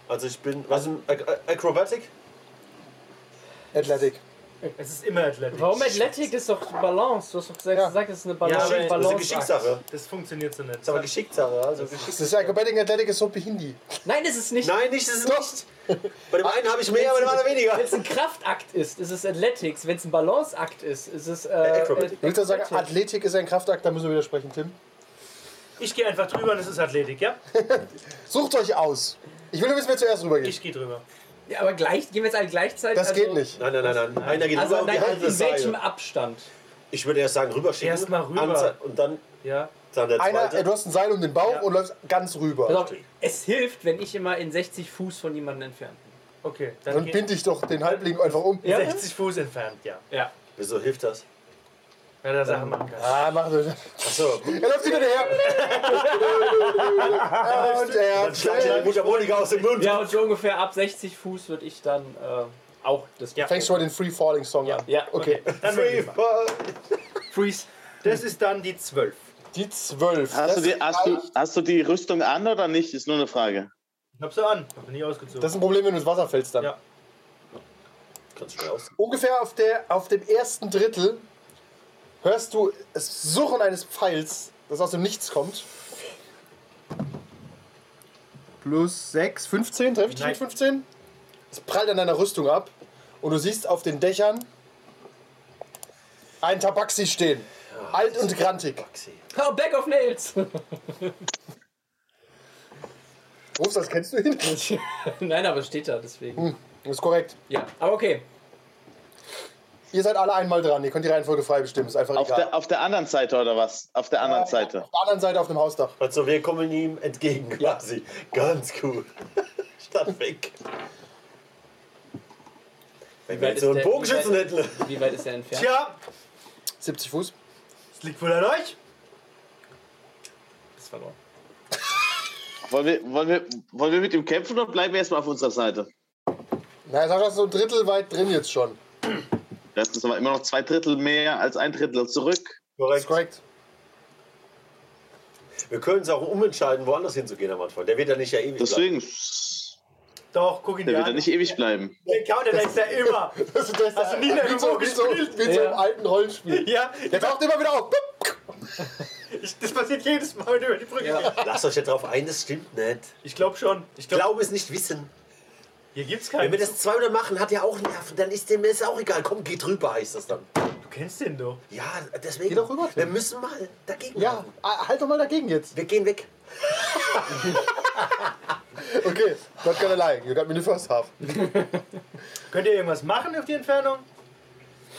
Speaker 5: Also ich bin. Was ist denn? Ac- äh, Acrobatic?
Speaker 2: Athletic.
Speaker 4: Es ist immer Athletic.
Speaker 3: Warum Athletic? Das ist doch Balance. Du hast doch gesagt,
Speaker 2: Ja.
Speaker 3: gesagt das ist eine
Speaker 4: Ja,
Speaker 3: Balance.
Speaker 4: aber
Speaker 5: das ist eine Geschickssache.
Speaker 4: Das funktioniert so nicht.
Speaker 5: Das ist aber Geschickssache. Also Geschick
Speaker 2: Das ist Acrobatic und Athletic ist so wie Hindi.
Speaker 3: Nein, es ist nicht.
Speaker 5: Nein, nicht, das ist nicht. Bei dem einen habe ich mehr, bei dem anderen weniger.
Speaker 3: Wenn es ein Kraftakt ist, ist es Athletics. Wenn es ein Balanceakt ist, ist es. Äh,
Speaker 5: Acrobatic.
Speaker 2: Willst du sagen,
Speaker 3: Athletic.
Speaker 2: Athletik ist ein Kraftakt? Da müssen wir widersprechen, Tim.
Speaker 4: Ich gehe einfach drüber und es ist Athletik, ja?
Speaker 2: Sucht euch aus. Ich will nur wissen, wer zuerst rübergeht.
Speaker 4: Ich gehe drüber.
Speaker 3: Ja, aber gleich, gehen wir jetzt alle gleichzeitig.
Speaker 2: ah, Das
Speaker 3: also,
Speaker 2: geht nicht.
Speaker 5: Nein, nein, nein, nein. Einer geht
Speaker 3: Also,
Speaker 5: rüber und Genau, die
Speaker 3: nein,
Speaker 5: andere
Speaker 3: in
Speaker 5: ist
Speaker 3: welchem
Speaker 5: Seil.
Speaker 3: Abstand?
Speaker 5: Ich würde erst sagen, rüber schicken.
Speaker 4: Erst mal rüber.
Speaker 5: Anze- Und dann,
Speaker 4: Ja.
Speaker 5: dann der
Speaker 2: Einer,
Speaker 5: zweite.
Speaker 2: äh, du hast ein Seil um den Bauch
Speaker 4: Ja.
Speaker 2: und läufst ganz rüber.
Speaker 3: Pass auf, es hilft, wenn ich immer in 60 Fuß von jemandem entfernt bin.
Speaker 4: Okay, dann
Speaker 2: Dann
Speaker 4: geh-
Speaker 2: bind dich doch den Halbling einfach um.
Speaker 3: Ja.
Speaker 4: 60 Fuß entfernt, ja.
Speaker 3: Ja.
Speaker 5: Wieso hilft das?
Speaker 4: Ja, da Sachen machen kann.
Speaker 2: Ah, mach das.
Speaker 5: Achso,
Speaker 2: Er läuft hinterher. und er
Speaker 5: dann schlage ich
Speaker 2: hat-
Speaker 5: eine Mundharmonika aus dem Mund.
Speaker 3: Ja, und so ungefähr ab 60 Fuß würde ich dann äh, auch das.
Speaker 4: Ja.
Speaker 2: fängst schon mal den Free Falling Song an.
Speaker 3: Ja,
Speaker 2: Okay.
Speaker 4: Dann
Speaker 5: Free
Speaker 4: bin ich
Speaker 5: Fall.
Speaker 3: Freeze.
Speaker 4: das ist dann die 12.
Speaker 2: Die 12.
Speaker 6: Hast du,
Speaker 2: das,
Speaker 6: die, hast, du, hast du die Rüstung an oder nicht? Ist nur eine Frage.
Speaker 4: Ich hab sie an. Hab sie nie ausgezogen.
Speaker 2: das ist ein Problem, wenn du ins Wasser fällst dann.
Speaker 4: Ja.
Speaker 5: Kannst du schnell aus.
Speaker 2: Ungefähr auf, der, auf dem ersten Drittel hörst du das Suchen eines Pfeils, das aus dem Nichts kommt. Plus 6, 15, treffe ich dich
Speaker 4: Nein.
Speaker 2: mit 15? Es prallt an deiner Rüstung ab und du siehst auf den Dächern einen Tabaxi stehen. Alt und grantig.
Speaker 3: Oh, Back of Nails!
Speaker 2: Rufst das, kennst du ihn?
Speaker 3: Nein, aber es steht da, deswegen.
Speaker 2: Das ist korrekt.
Speaker 3: Ja, aber okay.
Speaker 2: Ihr seid alle einmal dran. Ihr könnt die Reihenfolge frei bestimmen. Ist einfach
Speaker 6: Auf
Speaker 2: egal.
Speaker 6: der, auf der anderen Seite oder was? Auf der anderen Seite.
Speaker 2: Auf der anderen Seite auf dem Hausdach.
Speaker 5: Also wir kommen ihm entgegen quasi. Ganz cool. Statt weg. Wenn wir
Speaker 3: weit ist
Speaker 5: jetzt so einen
Speaker 3: der-
Speaker 5: Bogenschützen
Speaker 3: wie weit-
Speaker 5: hätten.
Speaker 3: Wie weit ist er entfernt?
Speaker 4: Tja,
Speaker 2: 70 Fuß.
Speaker 4: es liegt wohl an euch.
Speaker 3: Ist verloren.
Speaker 6: Wollen wir, wollen, wir, wollen wir mit ihm kämpfen oder bleiben wir erstmal auf unserer Seite?
Speaker 2: Na, Sascha ist so ein Drittel weit drin jetzt schon.
Speaker 6: Das ist aber immer noch zwei Drittel mehr als ein Drittel zurück.
Speaker 2: Das ist korrekt.
Speaker 5: Wir können uns auch umentscheiden, woanders hinzugehen am Anfang. Der wird ja nicht ja ewig bleiben.
Speaker 6: Deswegen,
Speaker 4: Doch, guck ihn
Speaker 6: der
Speaker 4: dir
Speaker 6: wird ja
Speaker 4: an.
Speaker 6: nicht ewig bleiben.
Speaker 4: Der Counter, der ist ja immer.
Speaker 2: Das ist das
Speaker 4: Hast du nie mehr
Speaker 2: wie Äh, so,
Speaker 4: irgendwo
Speaker 2: wie so,
Speaker 4: gespielt?
Speaker 2: wie so
Speaker 3: Ja.
Speaker 2: im alten Rollenspiel.
Speaker 4: Ja,
Speaker 2: Der taucht immer wieder auf.
Speaker 4: ich, das passiert jedes Mal, wenn du über die Brücke
Speaker 3: Ja.
Speaker 4: gehst.
Speaker 5: Lasst euch ja drauf ein, das stimmt nicht.
Speaker 4: Ich glaube schon. Ich glaube,
Speaker 5: Glaube es nicht wissen.
Speaker 4: hier gibt's
Speaker 5: Wenn
Speaker 4: keinen.
Speaker 5: wir das 200 machen, hat er auch Nerven. Dann ist dem ist auch egal. Komm, geht rüber, heißt das dann.
Speaker 4: Du kennst den doch.
Speaker 5: Ja, deswegen.
Speaker 2: Geh doch rüber, Tim.
Speaker 5: Wir müssen mal dagegen.
Speaker 2: Ja,
Speaker 5: halten.
Speaker 2: ah, halt doch mal dagegen jetzt.
Speaker 5: Wir gehen weg.
Speaker 2: Okay, not gonna lie. You got me in the first half.
Speaker 4: Könnt ihr irgendwas machen auf die Entfernung?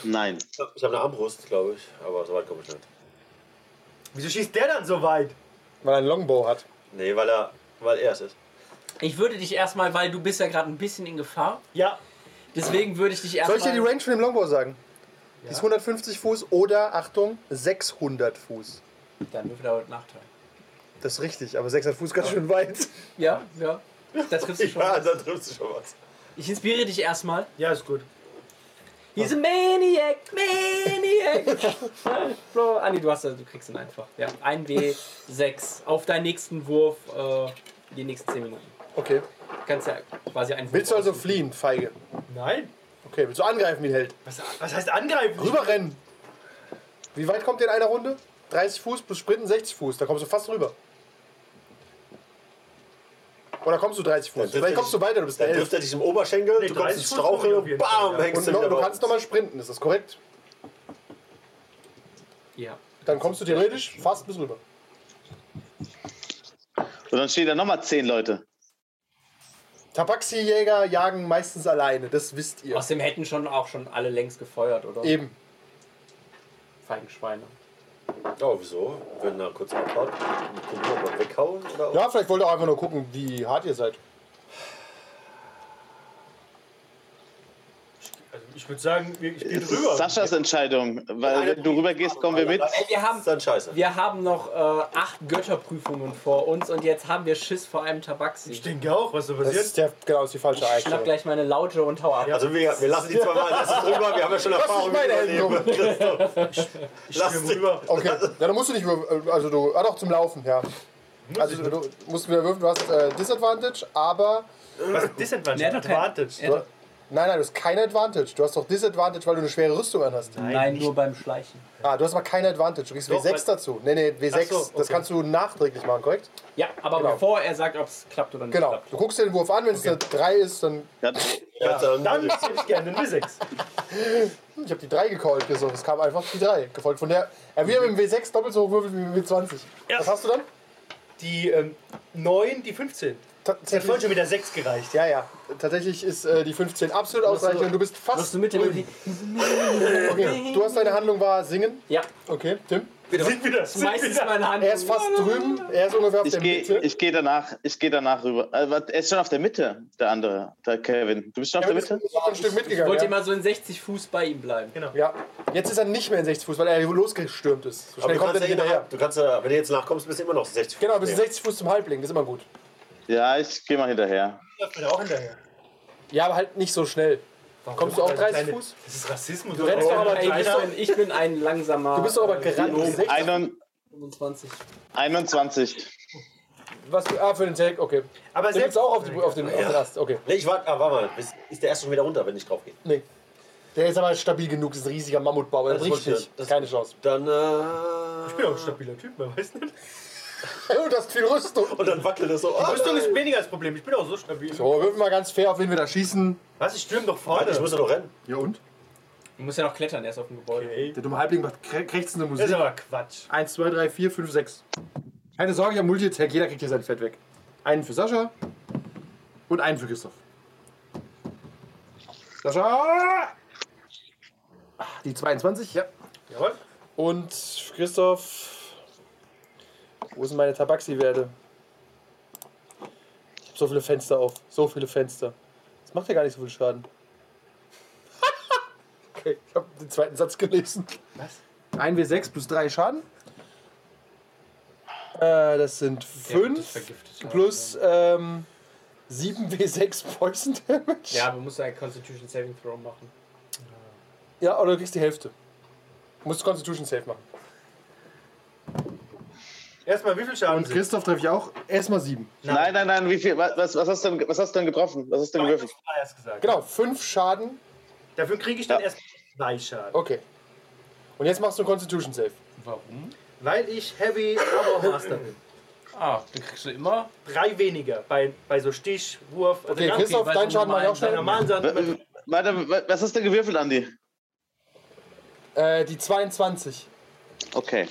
Speaker 6: Nein.
Speaker 5: Ich habe eine Armbrust, glaube ich. Aber so weit komme ich nicht.
Speaker 4: Wieso schießt der dann so weit?
Speaker 2: Weil er einen Longbow hat.
Speaker 5: Nee, weil er, weil er es ist.
Speaker 3: Ich würde dich erstmal, weil du bist ja gerade ein bisschen in Gefahr,
Speaker 4: Ja.
Speaker 3: deswegen würde ich dich
Speaker 2: Soll
Speaker 3: erstmal.
Speaker 2: ich dir die Range von dem Longbow sagen? Die ist 150 Fuß oder, Achtung, 600 Fuß.
Speaker 3: Dann würfel er heute Nachteil.
Speaker 2: Das ist richtig, aber 600 Fuß ist ganz schön weit.
Speaker 3: Ja, ja. Da triffst du schon.
Speaker 5: Ja, da triffst du schon was.
Speaker 3: Ich inspiriere dich erstmal.
Speaker 4: Ja, ist gut.
Speaker 3: He's a Maniac, Maniac. Bro, ah, nee, du, hast, das- du kriegst ihn einfach. Ja, 1W6 auf deinen nächsten Wurf äh, die nächsten 10 Minuten.
Speaker 2: Okay.
Speaker 3: Du kannst ja quasi einen Wurf
Speaker 2: Willst du also
Speaker 3: aussuchen.
Speaker 2: fliehen, Feige?
Speaker 4: Nein.
Speaker 2: Okay, willst du angreifen, wie ein Held?
Speaker 4: Was, was heißt angreifen?
Speaker 2: Rüberrennen! Wie weit kommt ihr in einer Runde? 30 Fuß plus Sprinten 60 Fuß, da kommst du fast rüber. Oder kommst du 30 Fuß? Vielleicht kommst du weiter, du bist der
Speaker 5: Dann
Speaker 2: Elf.
Speaker 5: trifft er dich im Oberschenkel,
Speaker 4: Nee,
Speaker 5: du
Speaker 4: 30
Speaker 5: kommst ins
Speaker 4: Fuß muss
Speaker 5: Straucheln
Speaker 4: ich auf
Speaker 5: und
Speaker 4: jeden Fall,
Speaker 5: bam,
Speaker 4: ja.
Speaker 5: hängst
Speaker 2: Und
Speaker 5: du
Speaker 2: noch,
Speaker 5: wieder
Speaker 2: du
Speaker 5: raus.
Speaker 2: kannst nochmal sprinten, ist das korrekt?
Speaker 3: Ja.
Speaker 2: Dann kommst du theoretisch fast bis rüber.
Speaker 6: Und dann stehen da nochmal zehn Leute.
Speaker 2: Tabaxi-Jäger jagen meistens alleine, das wisst ihr.
Speaker 3: Außerdem hätten schon auch schon alle längst gefeuert, oder?
Speaker 2: Eben.
Speaker 3: Feigenschweine.
Speaker 5: Oh, wieso? Wir würden da kurz abhauen. und Gucken, ob wir weghauen oder
Speaker 2: Ja, vielleicht wollt ihr auch einfach nur gucken, wie hart ihr seid.
Speaker 4: Also ich würde sagen, ich gehe
Speaker 6: Es ist
Speaker 4: drüber.
Speaker 6: Saschas Entscheidung, weil wenn du rübergehst, kommen wir mit.
Speaker 3: Ey, wir haben
Speaker 5: ist dann scheiße.
Speaker 3: Wir haben noch äh, acht Götterprüfungen vor uns und jetzt haben wir Schiss vor einem
Speaker 4: Ich
Speaker 3: Tabaxi.
Speaker 4: denke auch, was da
Speaker 2: Das
Speaker 4: passiert.
Speaker 2: ist der, genau, ist die falsche
Speaker 3: Ich schnapp
Speaker 2: Eichel.
Speaker 3: gleich meine Laute und hau ab.
Speaker 5: Also wir, wir lassen die zwei mal, das ist drüber, wir haben ja schon Erfahrung
Speaker 2: meine
Speaker 5: mit Überleben. Christoph,
Speaker 4: Ich
Speaker 5: lass
Speaker 4: schwimme
Speaker 5: dich.
Speaker 4: rüber.
Speaker 2: Okay, ja, dann musst du nicht mehr, also du, ah doch, zum Laufen, ja. Also du musst wieder würfen, du hast äh, Disadvantage, aber,
Speaker 4: Was? Disadvantage?
Speaker 3: Er hat doch kein-
Speaker 4: Advantage.
Speaker 3: Er hat-
Speaker 2: nein, nein, du hast kein Advantage. Du hast doch Disadvantage, weil du eine schwere Rüstung an hast.
Speaker 3: Nein, nur beim Schleichen.
Speaker 2: Ah, du hast mal kein Advantage, du kriegst
Speaker 4: Doch,
Speaker 2: W6
Speaker 4: weil-
Speaker 2: dazu. Nee, nee, W6,
Speaker 4: Ach so,
Speaker 2: das
Speaker 4: okay.
Speaker 2: kannst du nachträglich machen, korrekt?
Speaker 3: Ja, aber
Speaker 2: Genau.
Speaker 3: bevor er sagt, ob es klappt oder nicht
Speaker 2: Genau,
Speaker 3: klappt.
Speaker 2: du guckst dir den Wurf an, wenn es eine 3 ist, dann,
Speaker 6: Ja,
Speaker 5: Ja, dann,
Speaker 4: Dann hätte ich gerne eine 6.
Speaker 2: hm, ich habe die 3 gecallt, so, es kam einfach die 3, gefolgt von der, äh, er wieder mit dem W6 doppelt so hoch würfelt wie mit dem W20. Was hast du dann?
Speaker 4: Die ähm, 9, die 15. Das hat
Speaker 2: Tatsächlich-
Speaker 4: vorhin schon wieder 6 gereicht.
Speaker 2: Ja, ja. Tatsächlich ist äh, die 15 absolut ausreichend und du bist
Speaker 3: Musst
Speaker 2: fast.
Speaker 3: du mit dem
Speaker 2: Okay. Du hast deine Handlung war singen.
Speaker 3: Ja,
Speaker 2: Okay, Tim.
Speaker 4: Sind wieder, sind
Speaker 3: meistens
Speaker 4: wieder.
Speaker 3: meine Hand.
Speaker 2: Er ist fast drüben. Er ist ungefähr auf
Speaker 6: ich
Speaker 2: der
Speaker 6: gehe
Speaker 2: Mitte.
Speaker 6: ich geh danach, ich geh danach rüber. Äh, warte, er ist schon auf der Mitte, der andere, der Kevin. Du bist schon auf
Speaker 2: Ja,
Speaker 6: der
Speaker 2: du bist
Speaker 6: Mitte?
Speaker 2: noch ein Stück mitgegangen.
Speaker 3: Wollt ihr
Speaker 2: Ja.
Speaker 3: mal so in 60 Fuß bei ihm bleiben?
Speaker 4: Genau.
Speaker 2: ja. Jetzt ist er nicht mehr in 60 Fuß, weil er losgestürmt ist. So
Speaker 5: aber
Speaker 2: schnell
Speaker 5: du
Speaker 2: kommt er
Speaker 5: kannst, ja
Speaker 2: nicht
Speaker 5: hinterher.
Speaker 2: hinterher.
Speaker 5: du kannst ja, wenn du jetzt nachkommst, bist du immer noch 60
Speaker 2: Genau, bis
Speaker 5: bis
Speaker 2: 60 Fuß zum Halbling, das ist immer gut.
Speaker 6: Ja, ich gehe mal hinterher.
Speaker 4: Ich bin auch hinterher.
Speaker 2: Ja, aber halt nicht so schnell. Kommst du auf 30
Speaker 4: Kleine-
Speaker 2: Fuß?
Speaker 4: Das ist Rassismus.
Speaker 2: Du rennst doch aber
Speaker 3: Ey, bist du ein, ich bin ein langsamer.
Speaker 2: Du bist doch aber
Speaker 3: äh,
Speaker 2: gerannt. bis 60.
Speaker 3: 25.
Speaker 6: 21.
Speaker 2: Was, ah, für den Take, okay.
Speaker 4: aber
Speaker 2: Du bist
Speaker 4: selbst
Speaker 2: auch auf, die, auf den auf den Ast, okay.
Speaker 5: Nee, ich warte, ah, warte mal, bis, ist der erste schon wieder runter, wenn ich drauf gehe.
Speaker 2: Nee. Der ist aber stabil genug, das ist ein riesiger Mammutbau. Er
Speaker 5: Das
Speaker 2: bricht
Speaker 5: wollte ich hören.
Speaker 2: nicht.
Speaker 5: Das-
Speaker 2: Keine Chance.
Speaker 5: Dann, äh...
Speaker 4: Ich bin auch ein stabiler Typ, man weiß nicht.
Speaker 2: Du hast viel Rüstung.
Speaker 5: Und dann wackelt es so. Ah,
Speaker 4: Rüstung ist weniger das Problem. Ich bin auch so stabil.
Speaker 2: So, wir würfen mal ganz fair, auf wen wir da schießen.
Speaker 4: Was? Ich stürme doch vorne.
Speaker 5: warte, ich muss ja noch rennen.
Speaker 1: Ja und?
Speaker 3: Du musst ja noch klettern, er ist auf dem Gebäude.
Speaker 4: okay.
Speaker 1: Der dumme Halbling macht krä- krächzende
Speaker 4: Das ist
Speaker 1: Musik.
Speaker 4: aber Quatsch.
Speaker 1: 1, 2, 3, 4, 5, 6. Keine Sorge, ich habe Multi-Attack. Jeder kriegt hier sein Fett weg. Einen für Sascha und einen für Christoph. Sascha! Ah, Die 22, ja.
Speaker 4: Jawohl.
Speaker 2: Und Christoph, wo sind meine Tabaxi-Werte? Ich hab so viele Fenster auf. So viele Fenster. Das macht ja gar nicht so viel Schaden. okay, ich habe den zweiten Satz gelesen.
Speaker 1: 1W6 plus 3 Schaden.
Speaker 2: Äh, das sind
Speaker 3: wird
Speaker 2: 5
Speaker 3: dich vergiftet haben,
Speaker 2: plus ähm, 7W6 Poison Damage.
Speaker 3: Ja, man muss einen Constitution Saving Throw machen.
Speaker 2: Ja, oder du kriegst die Hälfte. Du musst Constitution Safe machen.
Speaker 4: Erstmal, wie viel Schaden
Speaker 1: Und
Speaker 4: sind?
Speaker 1: Christoph treffe ich auch. Erstmal 7.
Speaker 6: Nein, nein, nein, wie viel? Was, was, was, hast, du denn, was hast du denn getroffen? Was hast du denn
Speaker 4: Nein, das
Speaker 6: gewürfelt?
Speaker 4: war erst Ah, gesagt.
Speaker 2: Genau, 5 Schaden
Speaker 4: Dafür kriege ich dann
Speaker 6: Ja.
Speaker 4: erst zwei Schaden.
Speaker 2: Okay. Und jetzt machst du einen Constitution Save.
Speaker 3: Warum?
Speaker 4: Weil ich Heavy Armor Master bin.
Speaker 3: Ah, du kriegst du immer.
Speaker 4: Drei weniger bei, bei so Stichwurf. Also
Speaker 2: Okay,
Speaker 4: ganz
Speaker 2: Christoph,
Speaker 3: bei so
Speaker 2: deinen Schaden mach ich auch
Speaker 4: bei
Speaker 2: schnell.
Speaker 4: normalen Sachen.
Speaker 6: W- Warte, wa- was hast du denn gewürfelt, Andi?
Speaker 2: Äh, die 22.
Speaker 6: Okay.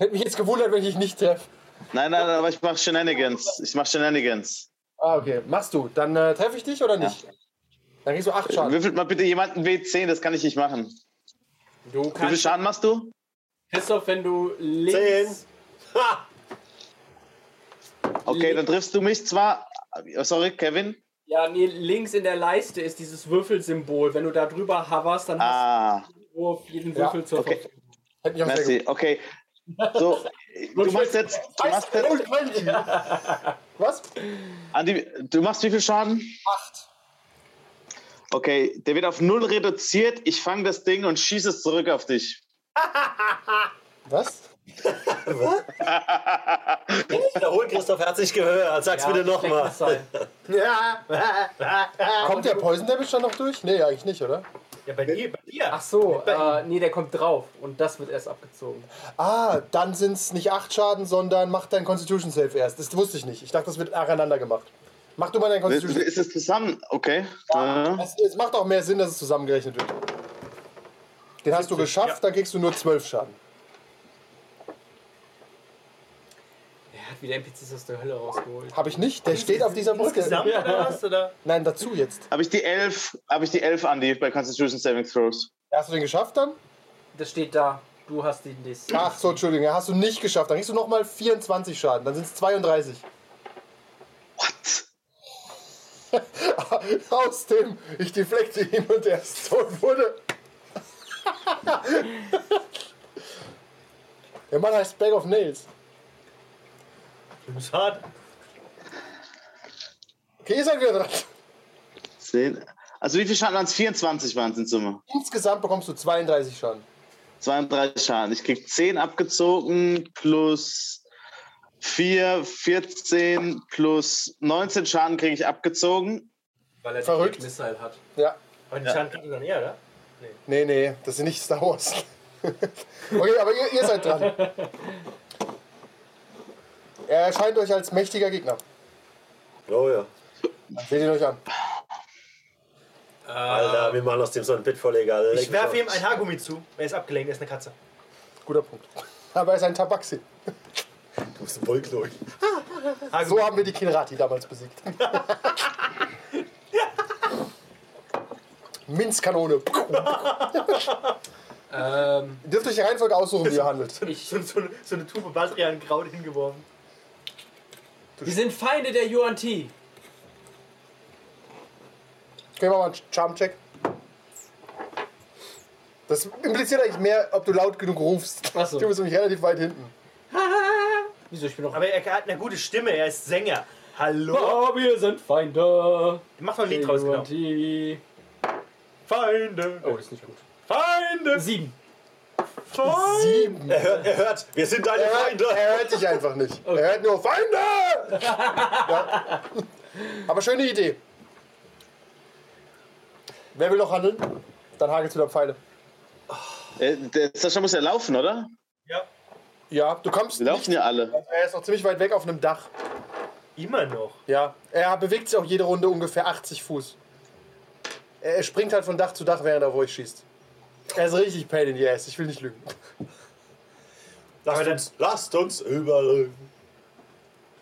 Speaker 2: Hätte mich jetzt gewundert, wenn ich dich nicht treffe.
Speaker 6: Nein, nein, aber ich mache Shenanigans. Ich mache Shenanigans.
Speaker 2: Ah, okay. Machst du. Dann äh, treffe ich dich oder nicht? Dann kriegst du 8 Schaden.
Speaker 6: Würfelt mal bitte jemanden W10, das kann ich nicht machen.
Speaker 3: Du
Speaker 6: Wie viel
Speaker 3: kannst.
Speaker 6: Schaden machst du?
Speaker 3: Christoph, wenn du links.
Speaker 5: Ha!
Speaker 6: Okay, dann triffst du mich zwar. Sorry, Kevin.
Speaker 3: Ja, nee, links in der Leiste ist dieses Würfelsymbol. Wenn du da drüber hoverst, dann hast
Speaker 6: Ah,
Speaker 3: du jeden Wurf, jeden
Speaker 2: Ja,
Speaker 3: Würfel zur
Speaker 6: okay.
Speaker 3: Verfügung.
Speaker 2: Hätte mich auch sehr
Speaker 6: merci. Okay. So, du machst jetzt. Du machst jetzt
Speaker 2: gewundert. Oh, Was?
Speaker 6: Andi, du machst wie viel Schaden?
Speaker 2: Acht.
Speaker 6: Okay, der wird auf null reduziert. Ich fange das Ding und schieße es zurück auf dich.
Speaker 2: Was?
Speaker 5: Wiederholt, Christoph, hat sich gehört. Sag's bitte nochmal.
Speaker 3: Das sein.
Speaker 2: Kommt der Poison Damage dann noch durch? Nee, eigentlich nicht, oder?
Speaker 4: Ja, bei dir, bei dir.
Speaker 3: Ach so, äh, nee, der kommt drauf und das wird erst abgezogen.
Speaker 2: Ah, dann sind es nicht 8 Schaden, sondern macht dein Constitution Save erst. Das wusste ich nicht. Ich dachte, das wird nacheinander gemacht. Mach du mal dein
Speaker 6: Ist,
Speaker 2: Constitution
Speaker 6: ist es zusammen? Okay. Äh,
Speaker 2: Es, es macht auch mehr Sinn, dass es zusammengerechnet wird. Den hast du geschafft, dann kriegst du nur 12 Schaden.
Speaker 3: Er hat wieder NPCs aus der Hölle rausgeholt.
Speaker 2: Habe ich nicht. Der steht auf dieser Brücke.
Speaker 4: Insgesamt oder was? Oder?
Speaker 2: Nein, dazu jetzt.
Speaker 6: Habe ich die 11, habe ich die 11 Andi bei Constitution Saving Throws?
Speaker 2: Hast du den geschafft dann?
Speaker 3: Das steht da. Du hast den nächsten.
Speaker 2: Ach so, Entschuldigung. Hast du nicht geschafft. Dann kriegst du nochmal 24 Schaden. Dann sind es 32.
Speaker 6: What?
Speaker 2: Aus dem, ich deflekte ihn und er ist tot wurde. Der Mann heißt Bag of Nails.
Speaker 4: Schade.
Speaker 2: Okay, ihr seid wieder dran.
Speaker 6: Zehn. Also wie viel Schaden waren es? 24 waren es in Summe.
Speaker 2: Insgesamt bekommst du 32 Schaden.
Speaker 6: 32 Schaden. Ich krieg 10 abgezogen plus 4, 14 plus 19 Schaden kriege ich abgezogen.
Speaker 4: Weil er
Speaker 2: Verrückt.
Speaker 4: den Missile hat.
Speaker 2: Ja.
Speaker 4: Aber den Schaden kriegt er dann eher, oder?
Speaker 2: Nee, nee, das sind nicht Star Wars. okay, aber ihr, ihr seid dran. Er erscheint euch als mächtiger Gegner.
Speaker 5: Oh ja.
Speaker 2: Seht ihn euch an.
Speaker 5: Alter, wir machen aus dem so einen Bitvorleger. Alter.
Speaker 4: Ah. Ich werfe ihm ein Haargummi zu. Er ist abgelenkt, er ist eine Katze.
Speaker 2: Guter Punkt. Aber er ist ein Tabaxi.
Speaker 5: Du bist ein Bullknurr.
Speaker 2: So haben wir die Kilrati damals besiegt. Minzkanone.
Speaker 3: Ähm,
Speaker 2: Ihr dürft euch die Reihenfolge aussuchen, wie ihr handelt.
Speaker 3: ich,
Speaker 4: So, so, so eine Tube Baldrian Kraut hingeworfen.
Speaker 3: wir sind Feinde der Yuan Ti.
Speaker 2: Können wir mal einen Charm-Check? Das impliziert eigentlich mehr, ob du laut genug rufst.
Speaker 3: Ach so.
Speaker 2: Du bist nämlich relativ weit hinten.
Speaker 3: Wieso, ich bin doch...
Speaker 4: Aber er hat eine gute Stimme, er ist Sänger. Hallo?
Speaker 3: Oh, wir sind Feinde
Speaker 4: Mach noch ein
Speaker 3: der
Speaker 4: Lied draus,
Speaker 3: Yuan
Speaker 4: genau.
Speaker 3: Ti.
Speaker 4: Feinde!
Speaker 3: Oh, das ist nicht gut.
Speaker 4: Feinde!
Speaker 3: Sieben.
Speaker 4: Feinde!
Speaker 2: Sieben.
Speaker 5: Er hört, er hört, wir sind deine
Speaker 2: Er hört,
Speaker 5: Feinde.
Speaker 2: er hört dich einfach nicht. Er hört nur Feinde! ja. Aber schöne Idee. Wer will noch handeln? Dann hagelt's wieder Pfeile.
Speaker 6: Äh, der Sascha muss ja laufen, oder?
Speaker 4: Ja,
Speaker 2: Ja, du kommst.
Speaker 6: Wir laufen ja alle.
Speaker 2: Er ist noch ziemlich weit weg auf einem Dach.
Speaker 4: immer noch.
Speaker 2: Ja. Er bewegt sich auch jede Runde ungefähr 80 Fuß. Er er springt halt von Dach zu Dach, während er auf euch schießt. Er ist richtig pain in the ass. Ich will nicht lügen.
Speaker 5: Lasst uns, lasst uns überall.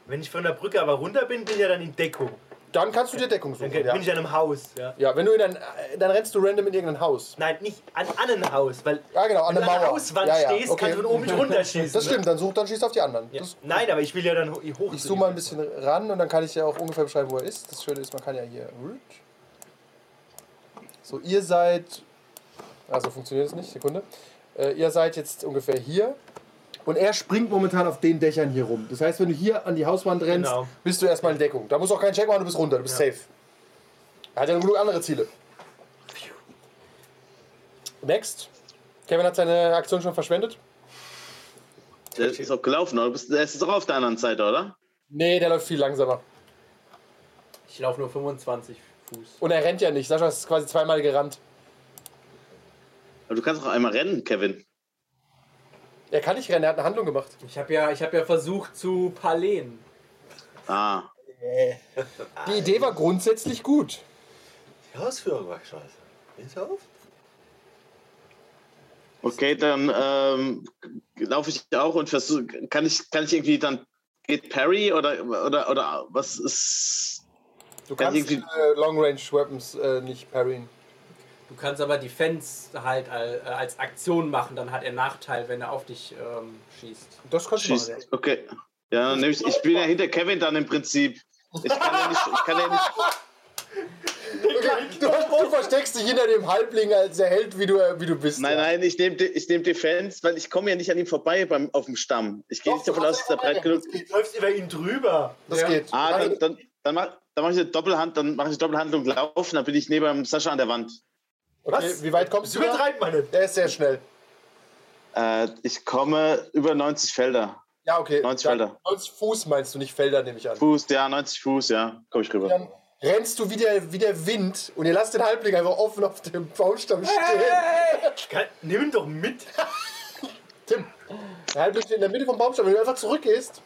Speaker 4: Wenn ich von der Brücke aber runter bin, bin ich ja dann in Deckung.
Speaker 2: Dann kannst du dir Deckung
Speaker 4: Dann
Speaker 2: suchen. Ja.
Speaker 4: bin ich an einem Haus. Ja.
Speaker 2: ja, wenn du in ein, dann rennst du random in irgendein Haus.
Speaker 4: Nein, nicht an, an ein Haus, weil
Speaker 2: Ja, genau, an
Speaker 4: wenn
Speaker 2: der
Speaker 4: du an
Speaker 2: Mauer.
Speaker 4: der Hauswand
Speaker 2: Ja, ja,
Speaker 4: stehst,
Speaker 2: okay.
Speaker 4: kannst du von oben nicht runterschießen. ne?
Speaker 2: Das stimmt, dann such, dann schießt auf die anderen.
Speaker 4: Ja.
Speaker 2: Das,
Speaker 4: Nein, aber ich will ja dann ho- hoch.
Speaker 2: ich zoome mal ein bisschen ran und dann kann ich ja auch ungefähr beschreiben, wo er ist. Das Schöne ist, man kann ja hier. So, ihr seid. Also funktioniert es nicht, Sekunde. Äh, ihr seid jetzt ungefähr hier. Und er springt momentan auf den Dächern hier rum. Das heißt, wenn du hier an die Hauswand rennst,
Speaker 4: Genau.
Speaker 2: bist du erstmal in Deckung. Da musst du auch keinen Check machen, du bist runter, du bist safe. Er hat ja genug andere Ziele. Next. Kevin hat seine Aktion schon verschwendet.
Speaker 6: Der ist auch gelaufen, oder? Du bist- Der ist doch auf der anderen Seite, oder?
Speaker 2: Nee, der läuft viel langsamer.
Speaker 3: Ich laufe nur 25 Fuß.
Speaker 2: Und er rennt ja nicht. Sascha ist quasi zweimal gerannt.
Speaker 6: Aber du kannst auch einmal rennen, Kevin.
Speaker 2: Er kann nicht rennen, er hat eine Handlung gemacht.
Speaker 3: Ich habe ja, ich hab ja versucht zu parlen.
Speaker 6: Ah.
Speaker 2: Die Idee war grundsätzlich gut.
Speaker 5: Die Ausführung war scheiße. Ist auf?
Speaker 6: Okay, dann ähm, laufe ich auch und versuche. Kann ich, kann ich irgendwie dann. Geht Parry oder, oder, oder was ist.
Speaker 2: Du
Speaker 6: Kann
Speaker 2: kannst
Speaker 6: irgendwie-
Speaker 2: äh, Long-Range-Weapons äh, nicht parryen.
Speaker 3: Du kannst aber Defense halt al- äh, als Aktion machen, dann hat er Nachteil, wenn er auf dich ähm, schießt.
Speaker 2: Das kannst du machen.
Speaker 6: Schießt. Okay. Ja, dann nehm ich, ich bin ja hinter Kevin dann im Prinzip. Ich kann ja nicht. Ich kann ja nicht
Speaker 2: ja. Okay, du, du versteckst dich hinter dem Halbling als der Held, wie du, äh, wie du bist.
Speaker 6: Nein,
Speaker 2: ja.
Speaker 6: nein, ich nehme ich nehm Defense, weil ich komme ja nicht an ihm vorbei beim, auf dem Stamm. Ich gehe
Speaker 2: Doch,
Speaker 6: nicht davon
Speaker 2: du
Speaker 6: aus,
Speaker 2: hast
Speaker 6: dass er
Speaker 2: einfach
Speaker 6: breit genug
Speaker 4: Du läufst über ihn drüber.
Speaker 2: Das
Speaker 3: Ja.
Speaker 2: geht.
Speaker 6: Ah, dann, dann, Dann mache dann mach ich eine Doppelhand, dann mache ich eine Doppelhandlung laufen, dann bin ich neben Sascha an der Wand.
Speaker 2: Okay,
Speaker 4: Was?
Speaker 2: Wie weit kommst du?
Speaker 4: Das
Speaker 2: Da?
Speaker 4: übertreibt man nicht.
Speaker 2: Der ist sehr schnell.
Speaker 6: Äh, ich komme über 90 Felder.
Speaker 2: Ja, okay.
Speaker 6: 90
Speaker 2: dann-
Speaker 6: Felder.
Speaker 2: 90 Fuß meinst du, nicht Felder, nehme ich an.
Speaker 6: Fuß, ja, 90 Fuß, ja, komme ich rüber.
Speaker 2: Dann rennst du wie der, wie der Wind und ihr lasst den Halbling einfach offen auf dem Baumstamm stehen.
Speaker 4: Kann, nimm ihn doch mit.
Speaker 2: Tim, der Halbling steht in der Mitte vom Baumstamm. Wenn du einfach zurückgehst,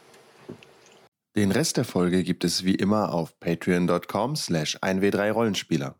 Speaker 7: Den Rest der Folge gibt es wie immer auf patreon.com slash 1w3rollenspieler.